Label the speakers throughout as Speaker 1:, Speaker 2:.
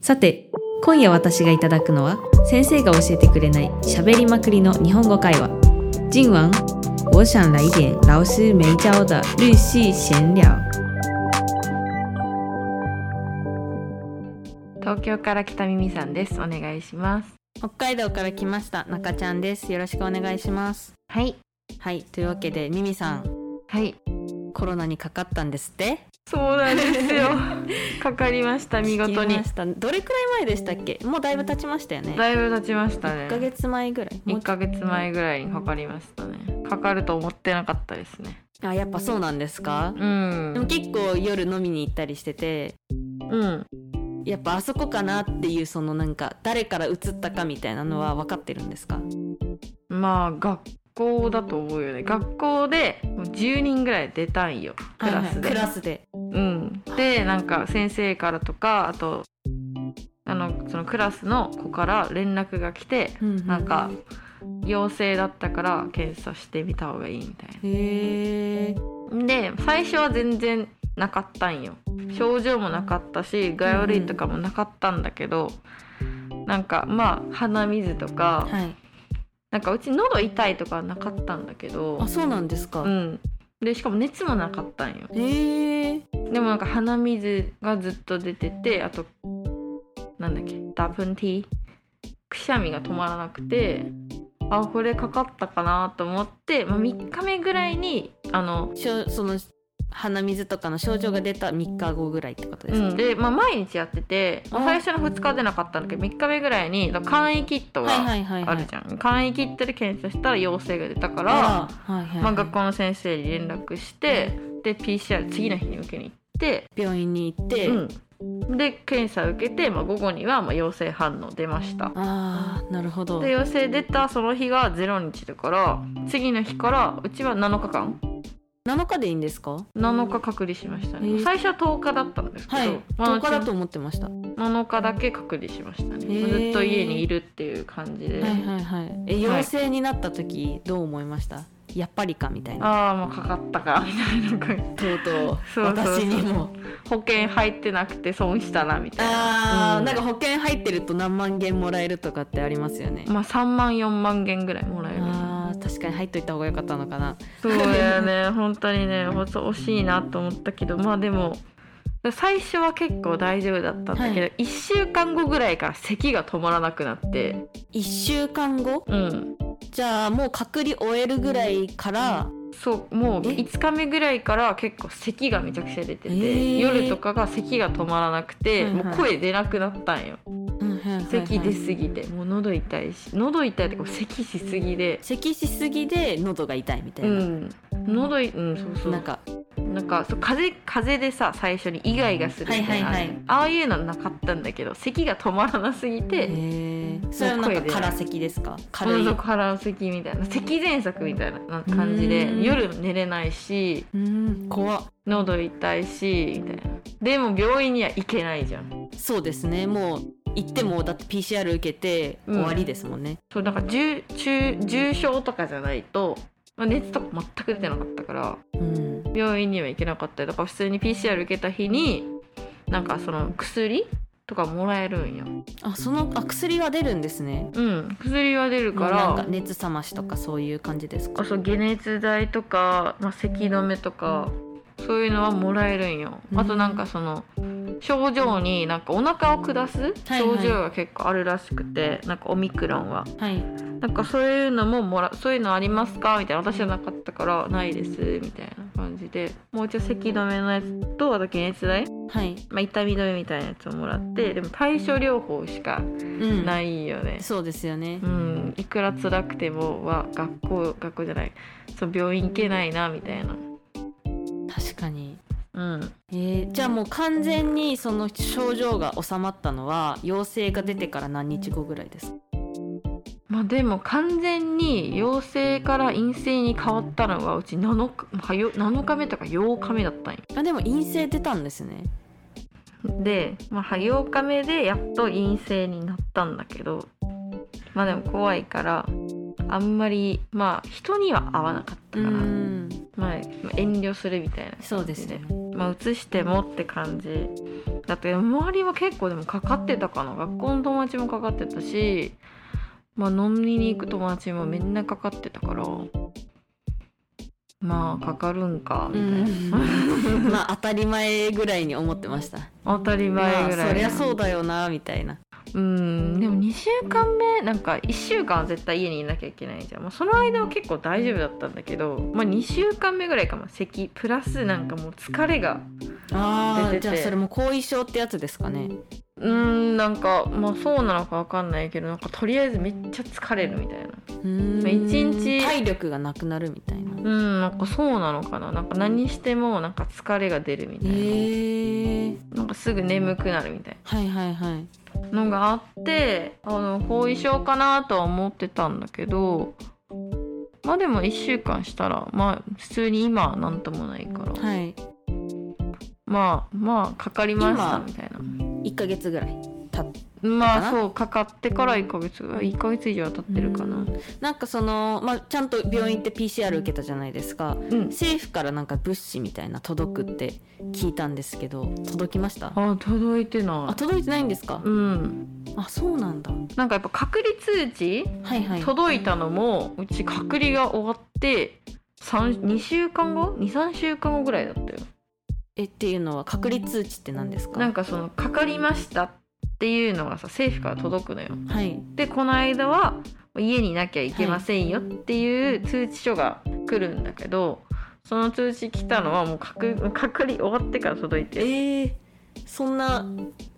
Speaker 1: さて今夜私がいただくのは先生が教えてくれない喋りまくりの日本語会話今晚我想来一点老师没教的日系闲聊
Speaker 2: 東京から北耳さんです。お願いします。
Speaker 1: 北海道から来ました中ちゃんですよろしくお願いします
Speaker 2: はい。
Speaker 1: はいというわけでミミさん
Speaker 2: はい。
Speaker 1: コロナにかかったんですって
Speaker 2: そうなんで すよ。かかりました。見事
Speaker 1: 聞き
Speaker 2: に
Speaker 1: ま。したどれくらい前でしたっけもうだいぶ経ちましたよね
Speaker 2: だいぶ経ちました
Speaker 1: 1ヶ
Speaker 2: ね。
Speaker 1: 月前ぐらいもう
Speaker 2: 一ヶ月前ぐらいにかかりましたね。かかると思ってなかったですね。
Speaker 1: あやっぱそうなんですか、
Speaker 2: う
Speaker 1: でも
Speaker 2: ん。
Speaker 1: 結構夜飲みに行ったりしてて
Speaker 2: うん。
Speaker 1: やっぱあそこかなっていうそのなんか誰から移ったかみたいなのは分かってるんですか
Speaker 2: まあ学校だと思うよね。学校でもう10人ぐらい出たんよ。クラスで。
Speaker 1: はいはいクラスで
Speaker 2: うん。でなんか先生からとかあとあのそのクラスの子から連絡が来て、なんか陽性だったから検査してみた方がいいみたい
Speaker 1: へえ
Speaker 2: な。で最初は全然なかったんよ症状もなかったし具合悪いとかもなかったんだけど、なんかまあ鼻水とか、
Speaker 1: はい
Speaker 2: なんかうち喉痛いとかはなかったんだけど
Speaker 1: あ、そうなんですか、
Speaker 2: うん、でしかも熱もなかったんよ
Speaker 1: へえ
Speaker 2: でもなんか鼻水がずっと出ててあとなんだっけダブンティーくしゃみが止まらなくてあこれかかったかなと思って、まあ、3日目ぐらいにあの、
Speaker 1: しょその鼻水とかの症状が出た3日後ぐらいってことで
Speaker 2: う
Speaker 1: すか、
Speaker 2: ん、で、まあ、毎日やってて、まあ
Speaker 1: あ
Speaker 2: 最初の2日出なかったんだけど3日目ぐらいに簡易キット
Speaker 1: はいは
Speaker 2: が
Speaker 1: いはいは
Speaker 2: あ
Speaker 1: い
Speaker 2: るじゃん、簡易キットで検査したら陽性が出たか
Speaker 1: あ
Speaker 2: ら、
Speaker 1: らはいはいはい
Speaker 2: まあ、学校の先生に連絡してで PCR 次の日に受けに行って。
Speaker 1: 病院に行って、
Speaker 2: うん、で検査受けて、まあ、午後にはまあ陽性反応出ました
Speaker 1: ああなるほど
Speaker 2: で陽性出たその日が0日だから次の日からうちは7日間
Speaker 1: 7日でいいんですか
Speaker 2: 7日隔離しましたね、
Speaker 1: へー
Speaker 2: 最初は10日だったんですけど、
Speaker 1: はい
Speaker 2: まあ
Speaker 1: 10日だと思ってましたは
Speaker 2: 7日だけ隔離しましたねず
Speaker 1: へー
Speaker 2: っと家にいるっていう感じで、
Speaker 1: いはいはいえ
Speaker 2: はい
Speaker 1: 陽性になった時どう思いましたやっぱりかみたいな
Speaker 2: ああもうかかったかみたいな
Speaker 1: とうとう
Speaker 2: そうそうそう
Speaker 1: 私にも
Speaker 2: 保険入ってなくて損したなみたいな
Speaker 1: あー、
Speaker 2: うん
Speaker 1: なんか保険入ってると何万元もらえるとかってありますよね、
Speaker 2: まあ3万4万円ぐらいもらえる
Speaker 1: あー確かに入っといた方が良かったのかな
Speaker 2: そうやね本当にねほんと惜しいなと思ったけどまあでも最初は結構大丈夫だったんだけど、
Speaker 1: は
Speaker 2: 1週間後ぐらいから咳が止まらなくなって
Speaker 1: 1週間後
Speaker 2: うん
Speaker 1: じゃあもう隔離終えるぐらいから
Speaker 2: そうもう
Speaker 1: え
Speaker 2: 5日目ぐらいから結構咳がめちゃくちゃ出てて、
Speaker 1: えー
Speaker 2: 夜とかが咳が止まらなくて、
Speaker 1: はいはい
Speaker 2: もう声出なくなったんよ咳出
Speaker 1: です
Speaker 2: すぎてもう喉痛いし喉痛いってか咳しすぎで
Speaker 1: 咳しすぎで喉が痛いみたいうな、
Speaker 2: ん喉いうんそうそう
Speaker 1: なんか
Speaker 2: なんかそう風邪風邪でさ最初にイガイガするみたいな、
Speaker 1: はいはいはい
Speaker 2: ああいうのなかったんだけど咳が止まらなすぎ
Speaker 1: へ
Speaker 2: て
Speaker 1: ーそれはなん
Speaker 2: も
Speaker 1: か
Speaker 2: う声出ない
Speaker 1: 空咳ですか軽
Speaker 2: 軽
Speaker 1: い
Speaker 2: い腹咳みたいな咳喘息みたいな感じで
Speaker 1: うん
Speaker 2: 夜寝れないし
Speaker 1: うん怖っ
Speaker 2: 喉痛いしみたいなでも病院には行けないじゃん
Speaker 1: そうですねもう行ってもだって PCR 受けて
Speaker 2: うん
Speaker 1: 終わりですもんね、
Speaker 2: そうなんか重中重症とかじゃないとまあ熱とか全く出てなかったから
Speaker 1: うん
Speaker 2: 病院には行けなかったりだから普通に PCR 受けた日になんかその薬とかもらえるんよ
Speaker 1: あそのあ薬は出るんですね
Speaker 2: うん薬は出るか
Speaker 1: もう
Speaker 2: ら
Speaker 1: なんか熱冷ましとかそういう感じですか
Speaker 2: あそう解熱剤とか、まあ、咳止めとかそういうのはもらえるんよ、
Speaker 1: うん
Speaker 2: あとなんかその症状になんかお腹を下す
Speaker 1: はいは
Speaker 2: 症
Speaker 1: い
Speaker 2: 状が結構あるらしくて、なんかオミクロンは
Speaker 1: はい
Speaker 2: なんかそういうのももらそういうのありますかみたいな私はなかったからないですみたいな感じでもう一応咳止めのやつとあと解熱剤、
Speaker 1: はい
Speaker 2: まあ、痛み止めみたいなやつをもらってでも対症療法しか
Speaker 1: うん
Speaker 2: ないよね、
Speaker 1: そうですよね
Speaker 2: うん、いくら辛くてもは学校学校じゃないそう病院行けないなみたいな、
Speaker 1: 確かに
Speaker 2: うん、
Speaker 1: えーじゃあもう完全にその症状が治まったのは陽性が出てから何日後ぐらいですか
Speaker 2: まあでも完全に陽性から陰性に変わったのがうち7日はよ7日目とか8日目だったんよ
Speaker 1: あでも陰性出たんですね
Speaker 2: で、まあ、は8日目でやっと陰性になったんだけどまあでも怖いからあんまりまあ人には会わなかった
Speaker 1: う
Speaker 2: から
Speaker 1: ん
Speaker 2: まあ、遠慮するみたいな
Speaker 1: そうですね
Speaker 2: まあ、移してもって感じだって周りは結構でもかかってたかな学校の友達もかかってたし、まあ、飲みに行く友達もみんなかかってたからまあかかるんかみたいな、
Speaker 1: まあ当たり前ぐらいに思ってました
Speaker 2: 当たり
Speaker 1: ま
Speaker 2: 前
Speaker 1: あ
Speaker 2: ぐらい、
Speaker 1: そりゃそうだよなみたいな
Speaker 2: うんでも2週間目なんか1週間は絶対家にいなきゃいけないじゃん、まあ、その間は結構大丈夫だったんだけど、まあ、2週間目ぐらいかも咳プラスなんかもう疲れが
Speaker 1: あ
Speaker 2: 出てて
Speaker 1: じゃあそれも後遺症ってやつですかね
Speaker 2: うーんなんかまあそうなのかわかんないけどなんかとりあえずめっちゃ疲れるみたいな
Speaker 1: うーん
Speaker 2: まあ一日
Speaker 1: 体力がなくなるみたいな
Speaker 2: うんなんかそうなのかななんか何してもなんか疲れが出るみたいな、
Speaker 1: へえ
Speaker 2: なんかすぐ眠くなるみたい
Speaker 1: はいはいはい
Speaker 2: なのがあってあの後遺症かなとは思ってたんだけどまあでも1週間したらまあ普通に今はなんともないから、
Speaker 1: はい
Speaker 2: まあまあかかりました
Speaker 1: 今
Speaker 2: みたいな
Speaker 1: 1ヶ月ぐらい経っ
Speaker 2: ま
Speaker 1: か
Speaker 2: あ
Speaker 1: な
Speaker 2: そうかかってから1ヶ月ぐらい1ヶ月以上は経ってるかな
Speaker 1: なんかその、まあ、ちゃんと病院行って PCR 受けたじゃないですか
Speaker 2: うん
Speaker 1: 政府からなんか物資みたいな届くって聞いたんですけど届きました
Speaker 2: あ届いて
Speaker 1: あ
Speaker 2: な
Speaker 1: 届いてないんですか
Speaker 2: いうん
Speaker 1: あそうなんだ
Speaker 2: なんかやっぱ隔離通知
Speaker 1: はいはい
Speaker 2: 届いたのもうち隔離が終わって2週間後23週間後ぐらいだったよ
Speaker 1: えっていうのは隔離通知って何ですか
Speaker 2: なんかそのかかりましたっていうのがさ政府から届くのよ
Speaker 1: はい
Speaker 2: でこの間は家にいなきゃいけませんよっていう通知書が来るんだけどその通知来たのはもう隔もう隔離終わってから届い
Speaker 1: え
Speaker 2: て
Speaker 1: ー、そんな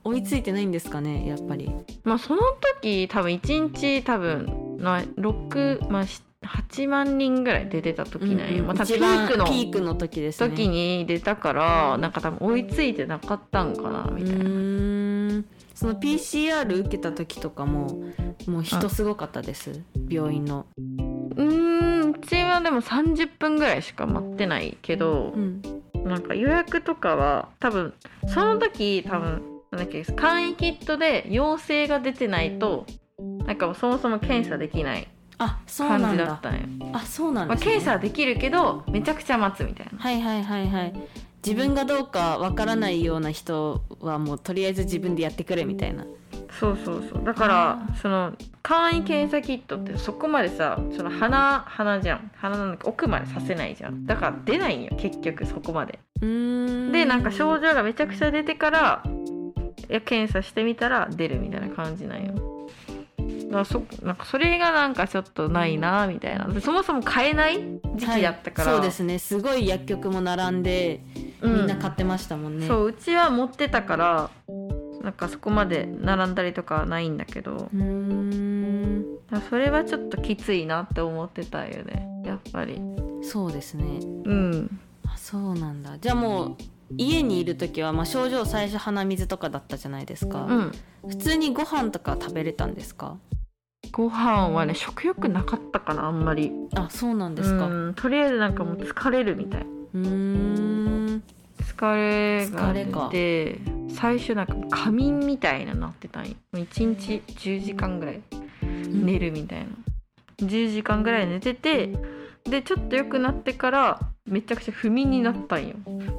Speaker 1: 追いついてないんですかねやっぱり
Speaker 2: まあその時多分1日多分な6まあし8万人ぐらい出てた時なんよ、まあ多分
Speaker 1: 一
Speaker 2: ピー
Speaker 1: 番
Speaker 2: クの
Speaker 1: ピークの時ですね
Speaker 2: 時に出たからなんか多分追いついてなかったんかな
Speaker 1: う
Speaker 2: みたいな
Speaker 1: ーんその PCR 受けた時とかももう人すごかったです病院の、
Speaker 2: うーんうちはでも30分ぐらいしか待ってないけど
Speaker 1: う、ん、
Speaker 2: なんか予約とかは多分その時多分なんだっけ簡易キットで陽性が出てないとなんかもうそもそも検査できない
Speaker 1: あそう
Speaker 2: 感
Speaker 1: なん
Speaker 2: じ
Speaker 1: だ
Speaker 2: だったんよ、
Speaker 1: あそうなん
Speaker 2: ま
Speaker 1: で
Speaker 2: あ、
Speaker 1: す、ね
Speaker 2: 検査はできるけどめちゃくちゃ待つみたいな
Speaker 1: はいはいはいはい自分がどうかわからないような人はもうとりあえず自分でやってくれみたいな
Speaker 2: そうそうそうだから
Speaker 1: あー
Speaker 2: その簡易検査キットってそこまでさその鼻鼻じゃん鼻なんだけど奥までさせないじゃんだから出ないんよ結局そこまで
Speaker 1: うーん
Speaker 2: でなんか症状がめちゃくちゃ出てからいや検査してみたら出るみたいな感じなんよだからそなんかそれがなんかちょっとないなみたいなでそもそも買えない時期だったから、
Speaker 1: はいそうですねすごい薬局も並んで
Speaker 2: う
Speaker 1: み
Speaker 2: ん
Speaker 1: んな買ってましたもんね、
Speaker 2: そううちは持ってたからなんかそこまで並んだりとかはないんだけど
Speaker 1: うーん
Speaker 2: だからそれはちょっときついなって思ってたよねやっぱり
Speaker 1: そうですね
Speaker 2: うん
Speaker 1: あそうなんだじゃあもう家にいる時は、まあ、症状最初鼻水とかだったじゃないですか、
Speaker 2: うん
Speaker 1: 普通にご飯とか食べれたんですか
Speaker 2: ご飯はね食欲なかったかなあんまり
Speaker 1: あそうなんですかう
Speaker 2: うんとりあえずなんかもう疲れるみたい
Speaker 1: ーん
Speaker 2: 疲れが出
Speaker 1: 疲
Speaker 2: て最初なんか仮眠みたいななってたんよ1日10時間ぐらい寝るみたいな、10時間ぐらい寝ててでちょっと良くなってからめちゃくちゃ不眠になったんよ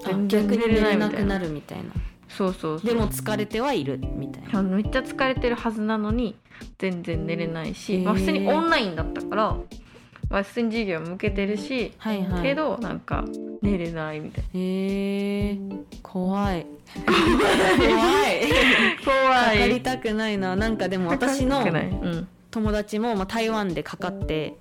Speaker 1: あ
Speaker 2: 全然
Speaker 1: 逆に寝れな
Speaker 2: 寝
Speaker 1: く
Speaker 2: れな
Speaker 1: ないるみたいな
Speaker 2: そうそうそう
Speaker 1: でも疲れてはいるみたいな
Speaker 2: めっちゃ疲れてるはずなのに全然寝れないし、
Speaker 1: へー
Speaker 2: まあ、普通にオンラインだったから、まあ、普通に授業も受けてるし
Speaker 1: はいはい
Speaker 2: けどなんか寝れないみたいな
Speaker 1: へえ怖い怖い
Speaker 2: 怖
Speaker 1: かかりたくないななんかでも私の
Speaker 2: かかりたくないうん
Speaker 1: 友達も、まあ、台湾でかかって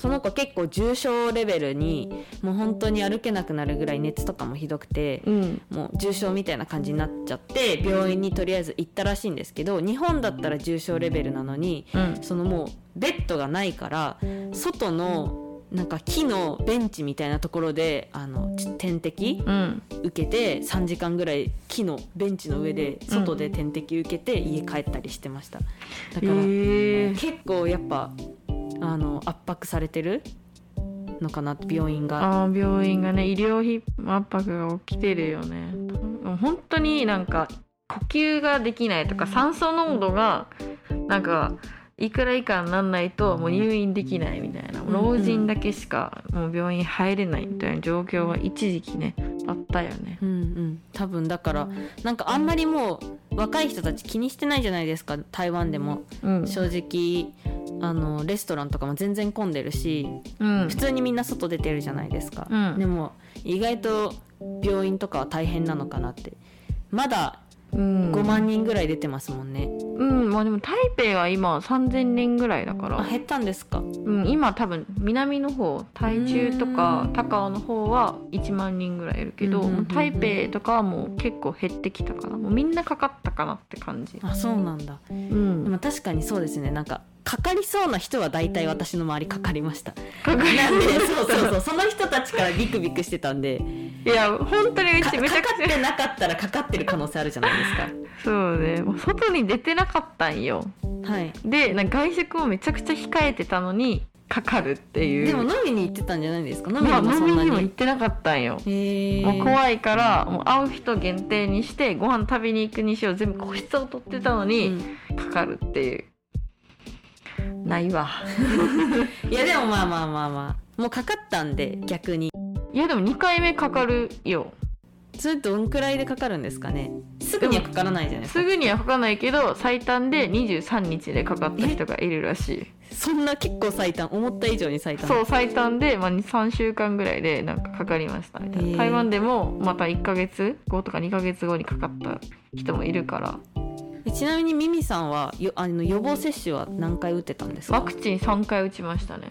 Speaker 1: その子結構重症レベルにもう本当に歩けなくなるぐらい熱とかもひどくて
Speaker 2: うん
Speaker 1: もう重症みたいな感じになっちゃって病院にとりあえず行ったらしいんですけど日本だったら重症レベルなのに
Speaker 2: うん
Speaker 1: そのもうベッドがないから外のなんか木のベンチみたいなところであのち点滴
Speaker 2: うん
Speaker 1: 受けて3時間ぐらい木のベンチの上で外で点滴受けて家帰ったりしてました、だから、
Speaker 2: へー
Speaker 1: 結構やっぱあの圧迫されてるのかなって病院が
Speaker 2: あー病院がね医療ひ圧迫が起きてるよねもう本当になんか呼吸ができないとか酸素濃度がなんかいくら以下になんないともう入院できないみたいな、
Speaker 1: うん
Speaker 2: 老人だけしかもう病院入れないみたいな状況は一時期ねあったよね。
Speaker 1: うんうん、多分だからなんかあんまりもう若い人たち気にしてないじゃないですか台湾でも
Speaker 2: うん
Speaker 1: 正直あのレストランとかも全然混んでるし
Speaker 2: うん
Speaker 1: 普通にみんな外出てるじゃないですか、
Speaker 2: うん
Speaker 1: でも意外と病院とかは大変なのかなってまだ
Speaker 2: うん
Speaker 1: 5万人ぐらい出てますもんね、
Speaker 2: うんまあでも台北は今3,000人ぐらいだか
Speaker 1: あ
Speaker 2: ら、
Speaker 1: 減ったんですか
Speaker 2: うん、今多分南の方台中と
Speaker 1: う
Speaker 2: か
Speaker 1: ん
Speaker 2: 高雄の方は1万人ぐらいいるけど、
Speaker 1: うんうんうんうん
Speaker 2: 台北とかはもう結構減ってきたからもうみんなかかったかなって感じ。
Speaker 1: あそうなんだ
Speaker 2: うん
Speaker 1: でも確かにそうですねなんかかかりそうな人は大体私の周りかかりました
Speaker 2: かか り
Speaker 1: なんでそうそうそうその人たちからビクビクしてたんで
Speaker 2: いや本当にう
Speaker 1: か
Speaker 2: ち
Speaker 1: か
Speaker 2: めちゃく
Speaker 1: か
Speaker 2: ち
Speaker 1: っ
Speaker 2: ゃ
Speaker 1: てなかったらかかってる可能性あるじゃないです
Speaker 2: そうねもう外に出てなかったんよ
Speaker 1: かはい
Speaker 2: でなんか外食をめちゃくちゃ控えてたのにかかるっていう
Speaker 1: でも飲みに行ってたんじゃないですか飲み
Speaker 2: まあ
Speaker 1: にもそ
Speaker 2: 飲み
Speaker 1: んな
Speaker 2: に
Speaker 1: に
Speaker 2: も行ってなかったんよ
Speaker 1: へー
Speaker 2: もう怖いからもう会う人限定にしてご飯食べに行くにしよう全部個室を取ってたの
Speaker 1: う
Speaker 2: に
Speaker 1: ん
Speaker 2: かかるっていう、ないわ
Speaker 1: いやでもまあまあまあまあもうかかったんで逆に
Speaker 2: いやでも2回目かかるよ
Speaker 1: それどんくらいでかかるんですかねすぐにはかからないじゃないですか
Speaker 2: すぐにはかかないけど最短で23日でかかった人がいるらしい
Speaker 1: そんな結構最短思った以上に最短
Speaker 2: そう最短で、まあ、3週間ぐらいでなんかかかりましたみたいな
Speaker 1: へー
Speaker 2: 台湾でもまた1ヶ月後とか2ヶ月後にかかった人もいるから
Speaker 1: えちなみにミミさんはよあの予防接種は何回打ってたんです
Speaker 2: ワ
Speaker 1: か
Speaker 2: クチン3回打ちましたね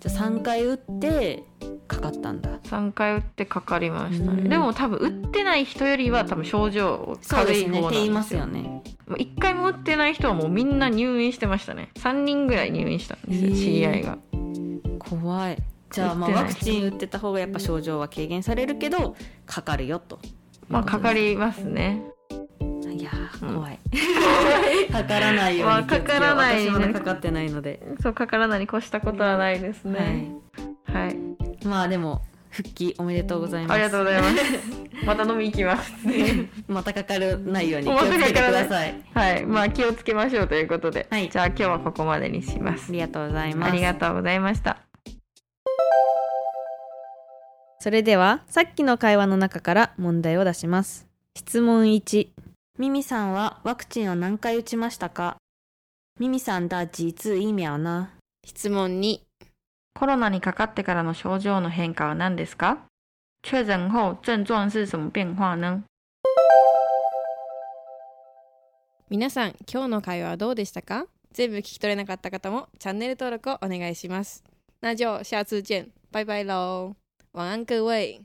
Speaker 1: じゃあ3回打ってかかったんだ
Speaker 2: 3回打ってかかりました
Speaker 1: うん
Speaker 2: ねでも多分打ってない人よりは多分症状
Speaker 1: そう
Speaker 2: 軽
Speaker 1: で
Speaker 2: い
Speaker 1: すね
Speaker 2: 方
Speaker 1: っ
Speaker 2: なん
Speaker 1: て言い
Speaker 2: で
Speaker 1: ますす
Speaker 2: よ
Speaker 1: よね
Speaker 2: もう1回も打ってない人はもうみんな入院してましたね3人ぐらい入院したんですよ
Speaker 1: へー
Speaker 2: 知り合いが
Speaker 1: 怖いじゃあまあ
Speaker 2: 打って
Speaker 1: ワ
Speaker 2: ない
Speaker 1: クチン打ってた方がやっぱ症状は軽減されるけどかかるよと
Speaker 2: まあかかりますね
Speaker 1: いや
Speaker 2: う
Speaker 1: ー
Speaker 2: ん
Speaker 1: 怖い、 かからないように気をつけよう
Speaker 2: まあかからない
Speaker 1: 私
Speaker 2: ね
Speaker 1: まだかかってないので、
Speaker 2: そうかからないに越したことはないですねはい、
Speaker 1: はい、まあでも復帰おめでとうございます
Speaker 2: ありがとうござい ますまた飲み行きます
Speaker 1: またかからないように気をつけてくだ
Speaker 2: またか
Speaker 1: さい
Speaker 2: はい、まあ気をつけましょうということで、
Speaker 1: はい
Speaker 2: じゃあ今日はここまでにしま
Speaker 1: あ
Speaker 2: す。
Speaker 1: りがとうございま
Speaker 2: あ
Speaker 1: す
Speaker 2: りがとうございました。
Speaker 1: それではさっきの会話の中から問題を出します質問1ミミさんはワクチンを何回打ちましたかミミさんだ実意味はな
Speaker 3: 質問2、
Speaker 2: コロナにかかってからの症状の変化は何ですか？确诊后症状是什么变化呢？
Speaker 3: 皆さん、今日の会話はどうでしたか全部聞き取れなかった方もチャンネル登録をお願いします。那就下次见，拜拜喽，晚安各位。